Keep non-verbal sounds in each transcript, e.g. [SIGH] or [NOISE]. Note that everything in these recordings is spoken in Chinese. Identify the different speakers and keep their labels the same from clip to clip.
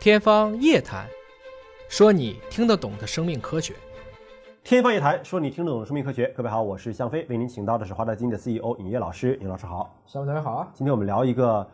Speaker 1: 天方夜谭，说你听得懂的生命科学。
Speaker 2: 天方夜谭，说你听得懂的生命科学。各位好，我是向飞，为您请到的是华大基因的 CEO 尹烨老师。尹老师好，
Speaker 3: 小朋友好啊！
Speaker 2: 今天我们聊一个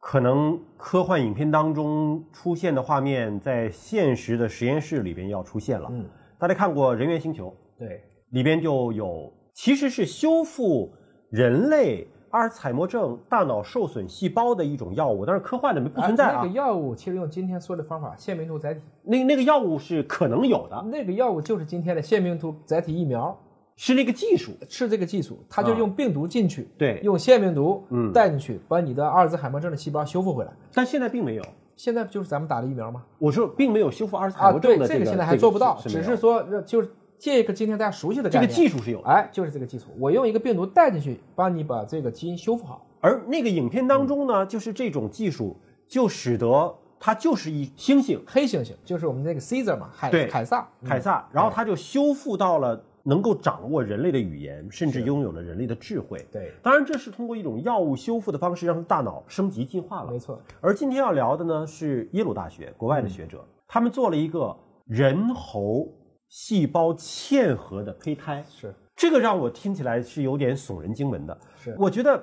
Speaker 2: 可能科幻影片当中出现的画面，在现实的实验室里边要出现了。
Speaker 3: 嗯，
Speaker 2: 大家看过《人猿星球》？
Speaker 3: 对，
Speaker 2: 里边就有，其实是修复人类阿尔茨海默症大脑受损细胞的一种药物，但是科幻里面不存在啊。
Speaker 3: 那个药物其实用今天说的方法，腺病毒载体，
Speaker 2: 那那个药物是可能有的，
Speaker 3: 那个药物就是今天的腺病毒载体疫苗，
Speaker 2: 是那个技术。
Speaker 3: 是这个技术，它就
Speaker 2: 啊
Speaker 3: 用病毒进去，
Speaker 2: 对
Speaker 3: 用腺病毒
Speaker 2: 嗯
Speaker 3: 带进去，把你的阿尔兹海默症的细胞修复回来。
Speaker 2: 但现在并没有。
Speaker 3: 现在不就是咱们打的疫苗吗？
Speaker 2: 我说并没有修复阿尔茨海
Speaker 3: 啊，
Speaker 2: 默
Speaker 3: 对
Speaker 2: 症，的
Speaker 3: 这
Speaker 2: 个
Speaker 3: 个现在还做不到，
Speaker 2: 这
Speaker 3: 只
Speaker 2: 个
Speaker 3: 是
Speaker 2: 是
Speaker 3: 说呃就是借一个今天大家熟悉的
Speaker 2: 这
Speaker 3: 概
Speaker 2: 个
Speaker 3: 念，
Speaker 2: 技术是有的。
Speaker 3: 哎，就是这个技术，我用一个病毒带进去，帮你把这个基因修复好。
Speaker 2: 而那个影片当中呢，就是这种技术就使得它就是一猩猩
Speaker 3: 黑猩猩就是我们那个 Caesar 嘛，海
Speaker 2: 对
Speaker 3: 凯撒，
Speaker 2: 凯撒，然
Speaker 3: 哎
Speaker 2: 后它就修复到了能够掌握人类的语言，甚至拥有了人类的智慧。
Speaker 3: 对，
Speaker 2: 当然，这是通过一种药物修复的方式，让他大脑升级进化了
Speaker 3: 没。错，嗯
Speaker 2: 而今天要聊的呢，是耶鲁大学国外的学者，他们做了一个人猴细胞嵌合的胚胎，
Speaker 3: 是
Speaker 2: 这个让我听起来是有点耸人惊闻的。
Speaker 3: 是
Speaker 2: 我觉得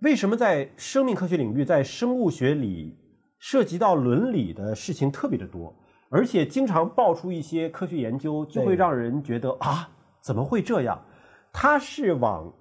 Speaker 2: 为什么在生命科学领域，在生物学里涉及到伦理的事情特别的多，而且经常爆出一些科学研究，就会
Speaker 3: 对
Speaker 2: 让人觉得啊，怎么会这样？它是往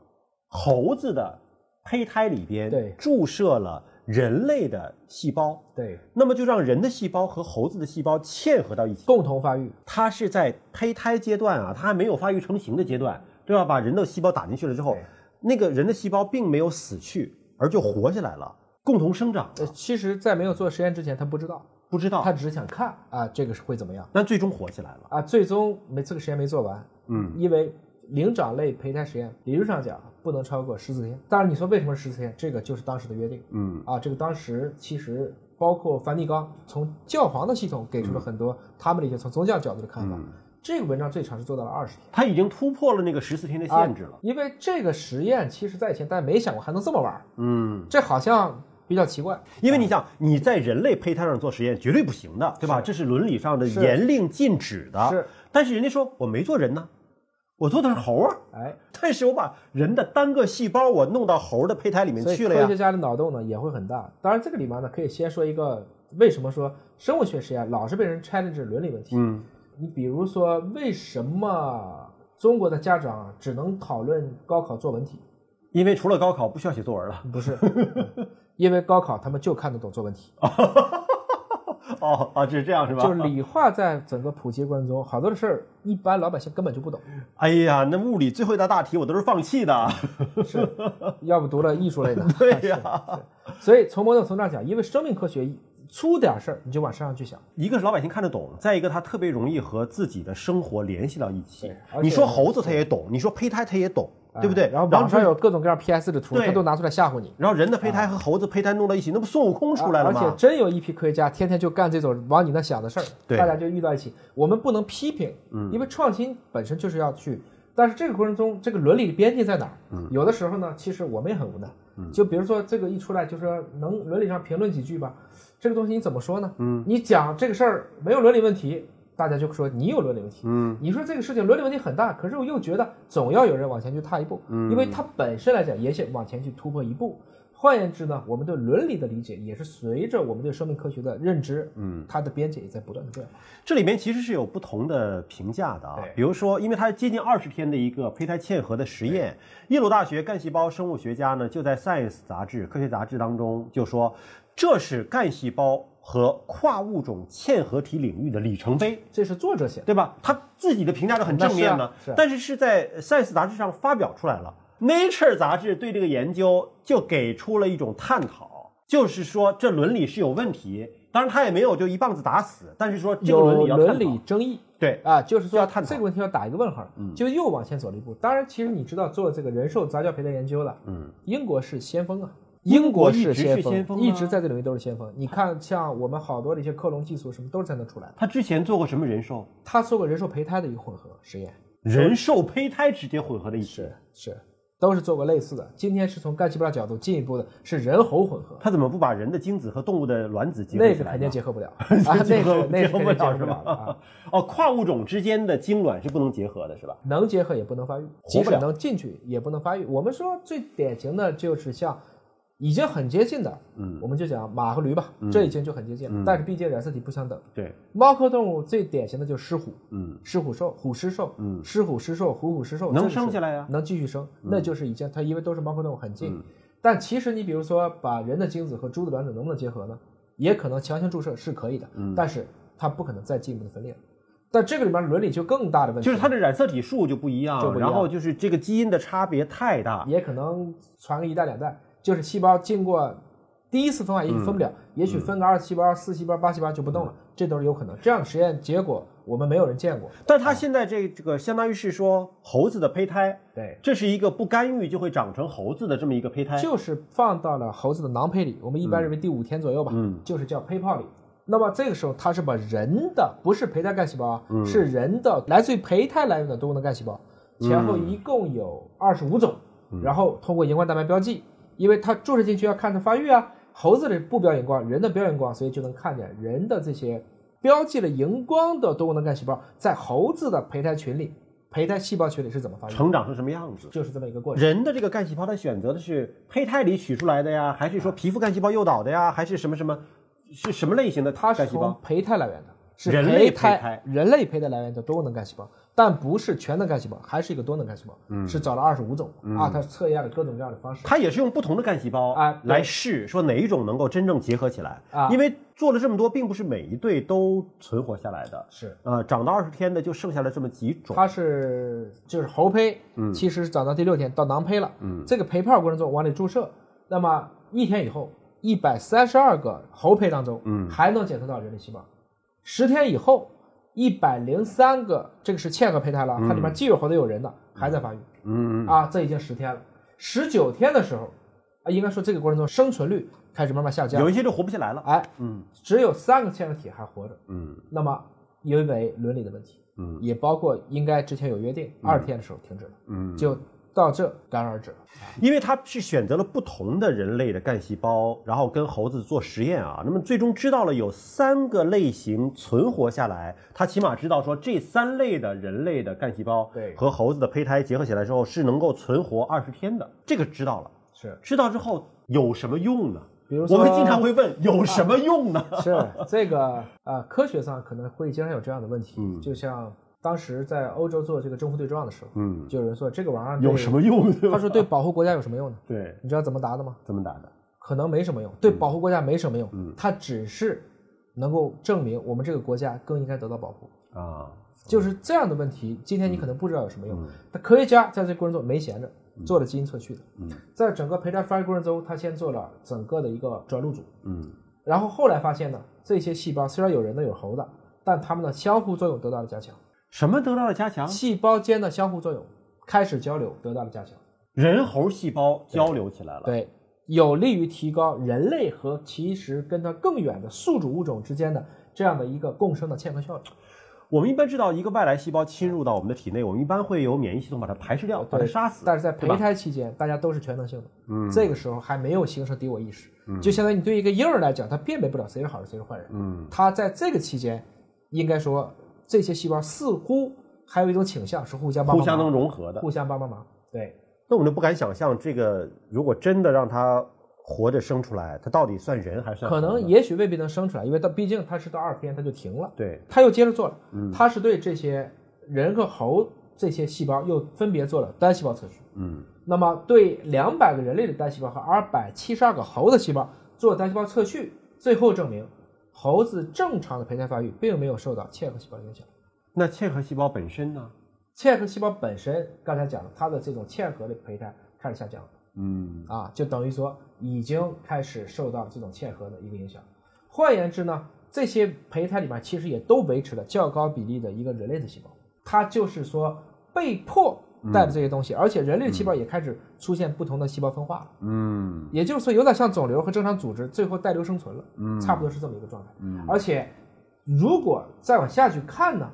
Speaker 2: 猴子的胚胎里
Speaker 3: 对
Speaker 2: 边注射了人类的细胞，
Speaker 3: 对，
Speaker 2: 那么就让人的细胞和猴子的细胞嵌合到一起。
Speaker 3: 共同发育。
Speaker 2: 它是在胚胎阶段啊，它还没有发育成型的阶段，对吧？把人的细胞打进去了之后
Speaker 3: 对，
Speaker 2: 那个人的细胞并没有死去，而就活下来了，共同生长
Speaker 3: 呃，
Speaker 2: 了。
Speaker 3: 其实，在没有做实验之前，他不知道，
Speaker 2: 不知
Speaker 3: 他
Speaker 2: 道，
Speaker 3: 只是想看啊，这个是会怎么样
Speaker 2: 但最终活下来了。
Speaker 3: 啊。最终没这个实验没做完，
Speaker 2: 嗯，
Speaker 3: 因为灵长类胚胎实验理论上讲不能超过十四天。当然，你说为什么十四天？这个就是当时的约定
Speaker 2: 嗯，
Speaker 3: 啊。这个当时其实包括梵蒂冈从教皇的系统给
Speaker 2: 嗯
Speaker 3: 出了很多他们的一些从宗教角度的看法。这个文章最长是做到了二十天。
Speaker 2: 它已经突破了那个十四天的
Speaker 3: 啊
Speaker 2: 限制了。
Speaker 3: 因为这个实验其实在以前大家没想过还能这么玩儿，
Speaker 2: 嗯，
Speaker 3: 这好像比较奇怪。
Speaker 2: 因为你想，你在人类胚胎上做实验绝对不行的，对吧？这是伦理上的
Speaker 3: 是
Speaker 2: 严令禁止的。
Speaker 3: 是，
Speaker 2: 但是人家说我没做人呢，我做的是猴啊。
Speaker 3: 哎，
Speaker 2: 但是我把人的单个细胞我弄到猴的胚胎里面
Speaker 3: 所以
Speaker 2: 去了
Speaker 3: 科
Speaker 2: 呀
Speaker 3: 学。家的脑洞呢也会很大。当然，这个里面呢可以先说一个，为什么说生物学实验老是被人 challenge 伦理问题？
Speaker 2: 嗯，
Speaker 3: 你比如说，为什么中国的家长只能讨论高考作文题？
Speaker 2: 因为除了高考不需要写作文
Speaker 3: [LAUGHS]
Speaker 2: 了。
Speaker 3: 不
Speaker 2: [LAUGHS]
Speaker 3: 是，因为高考他们就看得懂作文题。
Speaker 2: 哦啊，这是这样是吧？
Speaker 3: 就是理化在整个普及过程中，好多的事儿一般老百姓根本就
Speaker 2: [LAUGHS]
Speaker 3: 不懂，
Speaker 2: 哎呀，那物理最后一道大题我都是放弃的。
Speaker 3: 是，要不读了艺术类的。
Speaker 2: 对呀、 [LAUGHS]
Speaker 3: 所以从某种程度上讲，因为生命科学出点事儿你就往身上去想。
Speaker 2: 一个是老百姓看得懂，再一个他特别容易和自己的生活联系到一起
Speaker 3: 对而。且
Speaker 2: 你说猴子他也懂，你说胚胎他也懂，对不对？
Speaker 3: 哎然后网上
Speaker 2: 然后
Speaker 3: 有各种各样 PS 的图，
Speaker 2: 对
Speaker 3: 他都拿出来吓唬你。
Speaker 2: 然后人的胚胎和猴子胚胎弄到一起，那不孙悟空出来了
Speaker 3: 哎而且
Speaker 2: 吗？
Speaker 3: 真有一批科学家天天就干这种往你那想的事儿，
Speaker 2: 对嗯
Speaker 3: 大家就遇到一起。我们不能批评，因为创新本身就是要去，但是这个过程中，这个伦理的边界在哪儿？
Speaker 2: 嗯
Speaker 3: 有的时候呢，其实我们也很无奈。就比如说这个一出来，就说能伦理上评论几句吧，这个东西你怎么说呢？
Speaker 2: 嗯
Speaker 3: 你讲这个事儿没有伦理问题，大家就说你有伦理问题。
Speaker 2: 嗯，
Speaker 3: 你说这个事情伦理问题很大，可是我又觉得总要有人往前去踏一步，
Speaker 2: 嗯
Speaker 3: 因为它本身来讲也想往前去突破一步。换言之呢，我们对伦理的理解也是随着我们对生命科学的认知，嗯，它的边界也在不断的变化。
Speaker 2: 这里面其实是有不同的评价的啊
Speaker 3: 对。
Speaker 2: 比如说，因为它接近二十天的一个胚胎嵌合的实验，耶鲁大学干细胞生物学家呢就在《Science》杂志、科学杂志当中就说，这是干细胞和跨物种嵌合体领域的里程碑。
Speaker 3: 这是作者写的，
Speaker 2: 对吧？他自己的评价都很正面呢，
Speaker 3: 那是啊是啊
Speaker 2: 但是是在《Science》杂志上发表出来了，《Nature》杂志对这个研究就给出了一种探讨，就是说这伦理是有问题。当然，他也没有就一棒子打死，但是说这个伦
Speaker 3: 有
Speaker 2: 理要探讨
Speaker 3: 伦理争议。
Speaker 2: 对，
Speaker 3: 啊，就是
Speaker 2: 要
Speaker 3: 说
Speaker 2: 探讨
Speaker 3: 这个问题要打一个问号，
Speaker 2: 嗯
Speaker 3: 就嗯又往前走了一步。当然，其实你知道做这个人兽杂交培的研究了，
Speaker 2: 嗯，
Speaker 3: 英国是先锋啊，
Speaker 2: 英国一
Speaker 3: 是
Speaker 2: 直是先锋啊
Speaker 3: 一直在这领域都是先锋。你看，像我们好多的一些克隆技术什么都是在那出来的。
Speaker 2: 他之前做过什么人兽？
Speaker 3: 他做过人兽胚胎的一个混合实验，
Speaker 2: 人兽胚胎直接混合在一起，
Speaker 3: 是，都是做过类似的。今天是从干细胞角度进一步的是人猴混合，
Speaker 2: 他怎么不把人的精子和动物的卵子结合
Speaker 3: 那
Speaker 2: 起
Speaker 3: 个
Speaker 2: 来
Speaker 3: 肯定
Speaker 2: 呢
Speaker 3: 结合
Speaker 2: [LAUGHS]
Speaker 3: 不了啊，那个
Speaker 2: 结合
Speaker 3: 那个
Speaker 2: 结合
Speaker 3: 肯定
Speaker 2: 不
Speaker 3: 结合
Speaker 2: 了
Speaker 3: 不
Speaker 2: 是
Speaker 3: 了
Speaker 2: 吧？
Speaker 3: 的啊。
Speaker 2: 哦，跨物种之间的精卵是不能结合的，是吧？
Speaker 3: 能结合也不能发育，即使能进去也不能发育。我们说最典型的就是像已经很接近的，嗯，我们就讲马和驴吧，
Speaker 2: 嗯
Speaker 3: 这已经就很接近了，但是毕竟染色体不相等。
Speaker 2: 对，
Speaker 3: 猫科动物最典型的就是狮虎，
Speaker 2: 嗯，
Speaker 3: 狮虎兽、虎狮兽，嗯，狮虎狮兽、虎虎狮兽，
Speaker 2: 能
Speaker 3: 哦这个是
Speaker 2: 生下来啊呀
Speaker 3: 能继续生，那
Speaker 2: 嗯
Speaker 3: 就是已经它因为都是猫科动物很近。但其实你比如说把人的精子和猪的卵子能不能结合呢？也可能强行注射是可以的，
Speaker 2: 嗯
Speaker 3: 但是它不可能再进一步的分裂。但这个里面伦理就更大的问题
Speaker 2: 就
Speaker 3: 了，
Speaker 2: 是它的染色体数就不一样，
Speaker 3: 就不一样
Speaker 2: 然后就是这个基因的差别太大。
Speaker 3: 也可能传个一代两代，就是细胞经过第一次分化也许
Speaker 2: 嗯
Speaker 3: 分不了，也许分个二细胞、四细胞、八细胞就不动了，这都是有可能。这样的实验结果我们没有人见过。
Speaker 2: 但它现在这这个相当于是说猴子的胚胎，
Speaker 3: 对，
Speaker 2: 这是一个不干预就会长成猴子的这么一个胚胎。
Speaker 3: 就是放到了猴子的囊胚里，我们一般认为第五天左右吧，
Speaker 2: 嗯
Speaker 3: 就是叫胚泡里。那么这个时候，它是把人的不是胚胎干细胞啊，
Speaker 2: 嗯
Speaker 3: 是人的来自于胚胎来源的多功能干细胞，
Speaker 2: 嗯
Speaker 3: 前后一共有二十五种，然后通过荧光蛋白标记，因为它注射进去要看它发育啊。猴子的不标荧光，人的标荧光，所以就能看见人的这些标记了荧光的多功能干细胞在猴子的胚胎群里、胚胎细胞群里是怎么发育的，
Speaker 2: 成长成什么样子？
Speaker 3: 就是这么一个过程。
Speaker 2: 人的这个干细胞，它选择的是胚胎里取出来的呀，还是说皮肤干细胞诱导的呀，还是什么什么，是什么类型的
Speaker 3: 它是
Speaker 2: 干细
Speaker 3: 从
Speaker 2: 胞？
Speaker 3: 胚胎来源的，是
Speaker 2: 人类
Speaker 3: 胎
Speaker 2: 胚胎
Speaker 3: 人类胚胎来源的多能干细胞，但不是全能干细胞，还是一个多能干细胞，
Speaker 2: 嗯
Speaker 3: 是找了二十五种、啊，它测验了各种各样的方式。
Speaker 2: 它也是用不同的干细胞
Speaker 3: 啊对
Speaker 2: 来试，说哪一种能够真正结合起来
Speaker 3: 啊
Speaker 2: 因为做了这么多，并不是每一对都存活下来的。
Speaker 3: 是，
Speaker 2: 呃，长到二十天的就剩下了这么几种。
Speaker 3: 它是就是猴胚，
Speaker 2: 嗯
Speaker 3: 其实是长到第六天到囊胚了，这个胚泡过程中往里注射，那么一天以后，一百三十二个猴胚当中，
Speaker 2: 嗯
Speaker 3: 还能检测到人类细胞，十天以后，一百零三个，这个是嵌合胚胎了，它里面既有猴的有人的，还在发育，
Speaker 2: 嗯，
Speaker 3: 啊，这已经十天了。十九天的时候，啊，应该说这个过程中生存率开始慢慢下降
Speaker 2: 有，一些就活不下来了。
Speaker 3: 哎，
Speaker 2: 嗯
Speaker 3: 只有三个嵌合体还活着。
Speaker 2: 嗯
Speaker 3: 那么因为伦理的问题，
Speaker 2: 嗯，
Speaker 3: 也包括应该之前有约定，二天的时候停止了，
Speaker 2: 嗯，
Speaker 3: 就到这戛然而止了。
Speaker 2: 因为它是选择了不同的人类的干细胞，然后跟猴子做实验啊，那么最终知道了有三个类型存活下来，它起码知道说这三类的人类的干细胞
Speaker 3: 对
Speaker 2: 和猴子的胚胎结合起来之后是能够存活二十天的，这个知道了。
Speaker 3: 是
Speaker 2: 知道之后有什么用呢？
Speaker 3: 比如说
Speaker 2: 我们经常会问有什么用呢？
Speaker 3: 是这个呃，科学上可能会经常有这样的问题，就像当时在欧洲做这个征服对撞的时候，
Speaker 2: 嗯，
Speaker 3: 就有人说这个玩意儿对
Speaker 2: 有什？么用？啊对
Speaker 3: 他
Speaker 2: 吧？
Speaker 3: 说对保护国家有什么用呢？
Speaker 2: 对，
Speaker 3: 你知道怎么答的吗？
Speaker 2: 怎么打的？
Speaker 3: 可能没什么用，对保护国家没什么用，它只是能够证明我们这个国家更应该得到保护，
Speaker 2: 啊，
Speaker 3: 就是这样的问题。今天你可能不知道有什么用，但科学家在这过程中没闲着，做了基因测序的，在整个胚胎发育过程中，他先做了整个的一个转录组，
Speaker 2: 嗯，
Speaker 3: 然后后来发现呢，这些细胞虽然有人的有猴的，但它们的相互作用得到了加强，
Speaker 2: 什么得到了加强？
Speaker 3: 细胞间的相互作用开始交流得到了加强，
Speaker 2: 人猴细胞交流起来了。
Speaker 3: 对，有利于提高人类和其实跟它更远的宿主物种之间的这样的一个共生的嵌合效应。
Speaker 2: 我们一般知道，一个外来细胞侵入到我们的体内，我们一般会由免疫系统把它排斥掉，把它
Speaker 3: 对
Speaker 2: 杀死。
Speaker 3: 但是在
Speaker 2: 对
Speaker 3: 胚
Speaker 2: 吧
Speaker 3: 胎期间，大家都是全能性的，嗯，这个时候还没有形成敌我意识，就相当于你对一个婴儿来讲，他辨别不了谁是好人谁是坏人，
Speaker 2: 嗯，
Speaker 3: 他在这个期间，应该说这些细胞似乎还有一种倾向是互相帮
Speaker 2: 互
Speaker 3: 帮
Speaker 2: 相能
Speaker 3: 忙，
Speaker 2: 融合的。
Speaker 3: 互相帮帮忙，对，
Speaker 2: 那我们就不敢想象，这个如果真的让它活着生出来，它到底算人还是算
Speaker 3: 可能
Speaker 2: 猴呢
Speaker 3: 也许未必能生出来，因为到毕竟它是到二天它就停了，
Speaker 2: 对
Speaker 3: 他又接着做了，他是对这些人和猴这些细胞又分别做了单细胞测序，
Speaker 2: 嗯，
Speaker 3: 那么对两百个人类的单细胞和二百七十二个猴的细胞做单细胞测序，最后证明猴子正常的胚胎发育并没有受到嵌合细胞影响。
Speaker 2: 那嵌合细胞本身呢？
Speaker 3: 嵌合细胞本身，刚才讲了，它的这种嵌合的胚胎开始下降了。
Speaker 2: 嗯，
Speaker 3: 啊，就等于说已经开始受到这种嵌合的一个影响。换言之呢，这些胚胎里面其实也都维持了较高比例的一个人类的细胞，它就是说被迫带着这些东西，而且人类的细胞也开始出现不同的细胞分化了。
Speaker 2: 嗯，
Speaker 3: 也就是说，有点像肿瘤和正常组织最后带瘤生存了，嗯，差不多是这么一个状态。嗯，而且如果再往下去看呢，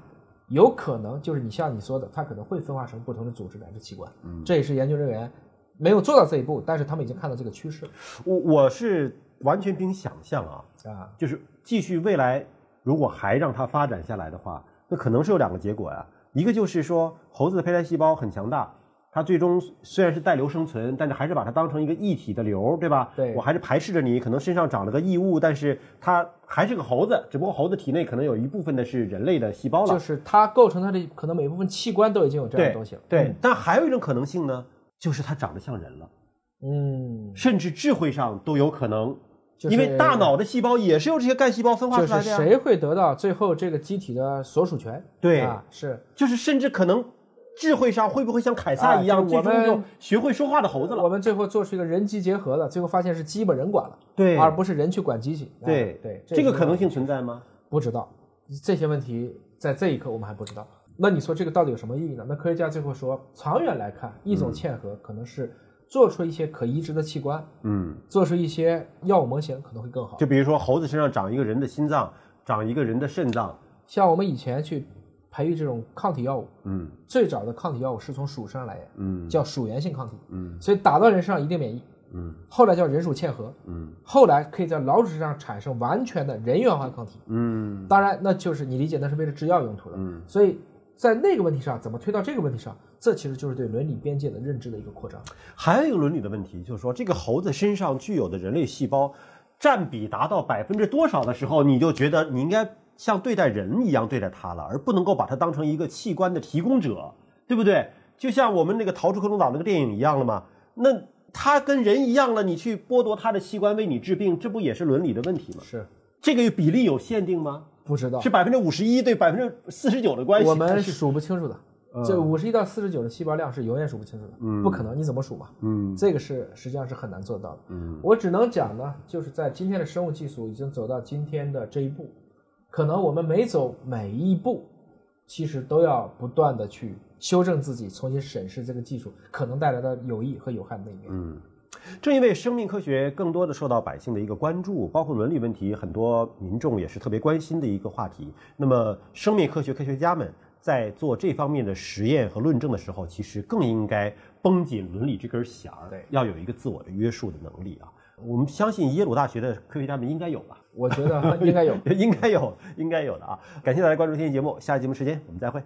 Speaker 3: 有可能就是你像你说的，它可能会分化成不同的组织乃至器官。嗯，这也是研究人员没有做到这一步，但是他们已经看到这个趋势
Speaker 2: 我我是完全凭想象啊，
Speaker 3: 啊。
Speaker 2: 就是继续未来如果还让它发展下来的话，那可能是有两个结果呀、一个就是说猴子的胚胎细胞很强大，它最终虽然是带瘤生存，但是还是把它当成一个异体的瘤，对吧？
Speaker 3: 对
Speaker 2: 我还是排斥着你，可能身上长了个异物，但是它还是个猴子，只不过猴子体内可能有一部分的是人类的细胞了
Speaker 3: 就。是它构成它的可能每部分器官都已经有这样的东西了。
Speaker 2: 对，但还有一种可能性呢，就是它长得像人了，
Speaker 3: 嗯，
Speaker 2: 甚至智慧上都有可能，
Speaker 3: 就是
Speaker 2: 因为大脑的细胞也是由这些干细胞分化
Speaker 3: 就
Speaker 2: 出来
Speaker 3: 是
Speaker 2: 的呀。
Speaker 3: 谁会得到最后这个机体的所属权？
Speaker 2: 对
Speaker 3: 啊，是
Speaker 2: 就是甚至可能智慧上会不会像凯撒
Speaker 3: 啊
Speaker 2: 一样，
Speaker 3: 就是
Speaker 2: 最
Speaker 3: 我
Speaker 2: 终就
Speaker 3: 们
Speaker 2: 学会说话的猴子
Speaker 3: 我
Speaker 2: 了？
Speaker 3: 们最后做出一个人机结合了，最后发现是鸡把人管了，
Speaker 2: 对
Speaker 3: 而不是人去管机器。啊
Speaker 2: 对
Speaker 3: 对，
Speaker 2: 这个
Speaker 3: 是
Speaker 2: 可能性存在吗？
Speaker 3: 不知道，这些问题在这一刻我们还不知道。那你说这个到底有什么意义呢？那科学家最后说，长远来看，一种嵌合可能是做出一些可移植的器官，
Speaker 2: 嗯，
Speaker 3: 做出一些药物模型可能会更好。
Speaker 2: 就比如说猴子身上长一个人的心脏，长一个人的肾脏，
Speaker 3: 像我们以前去培育这种抗体药物，
Speaker 2: 嗯
Speaker 3: 最早的抗体药物是从鼠身上来的，
Speaker 2: 嗯
Speaker 3: 叫鼠源性抗体，
Speaker 2: 嗯
Speaker 3: 所以打到人身上一定免疫。
Speaker 2: 嗯
Speaker 3: 后来叫人鼠嵌合，
Speaker 2: 嗯
Speaker 3: 后来可以在老鼠身上产生完全的人源化抗体。
Speaker 2: 嗯
Speaker 3: 当然，那就是你理解那是为了制药用途的。
Speaker 2: 嗯，
Speaker 3: 所以在那个问题上，怎么推到这个问题上，这其实就是对伦理边界的认知的一个扩张。
Speaker 2: 还有一个伦理的问题，就是说这个猴子身上具有的人类细胞占比达到百分之多少的时候，你就觉得你应该像对待人一样对待它了，而不能够把它当成一个器官的提供者，对不对？就像我们那个《逃出克隆岛》那个电影一样了嘛。那它跟人一样了，你去剥夺它的器官为你治病，这不也是伦理的问题吗？
Speaker 3: 是
Speaker 2: 这个比例有限定吗？
Speaker 3: 不知道
Speaker 2: 是，百分之五十一对百分之四十九的关系？
Speaker 3: 我们
Speaker 2: 还是嗯
Speaker 3: 数不清楚的。这五十一到四十九的细胞量是永远数不清楚的，不可能，你怎么数嘛？
Speaker 2: 嗯
Speaker 3: 这个是实际上是很难做到的。
Speaker 2: 嗯
Speaker 3: 我只能讲呢，就是在今天的生物技术已经走到今天的这一步，可能我们每走每一步，其实都要不断的去修正自己，重新审视这个技术可能带来的有益和有害的那一面。
Speaker 2: 嗯，正因为生命科学更多的受到百姓的一个关注，包括伦理问题，很多民众也是特别关心的一个话题。那么，生命科学科学家们在做这方面的实验和论证的时候，其实更应该绷紧伦理这根弦儿，
Speaker 3: 对
Speaker 2: 要有一个自我的约束的能力啊。我们相信耶鲁大学的科学家们应该有吧？
Speaker 3: 我觉得应该有。
Speaker 2: 应该有，应该有的啊！感谢大家关注今天节目，下期节目时间我们再会。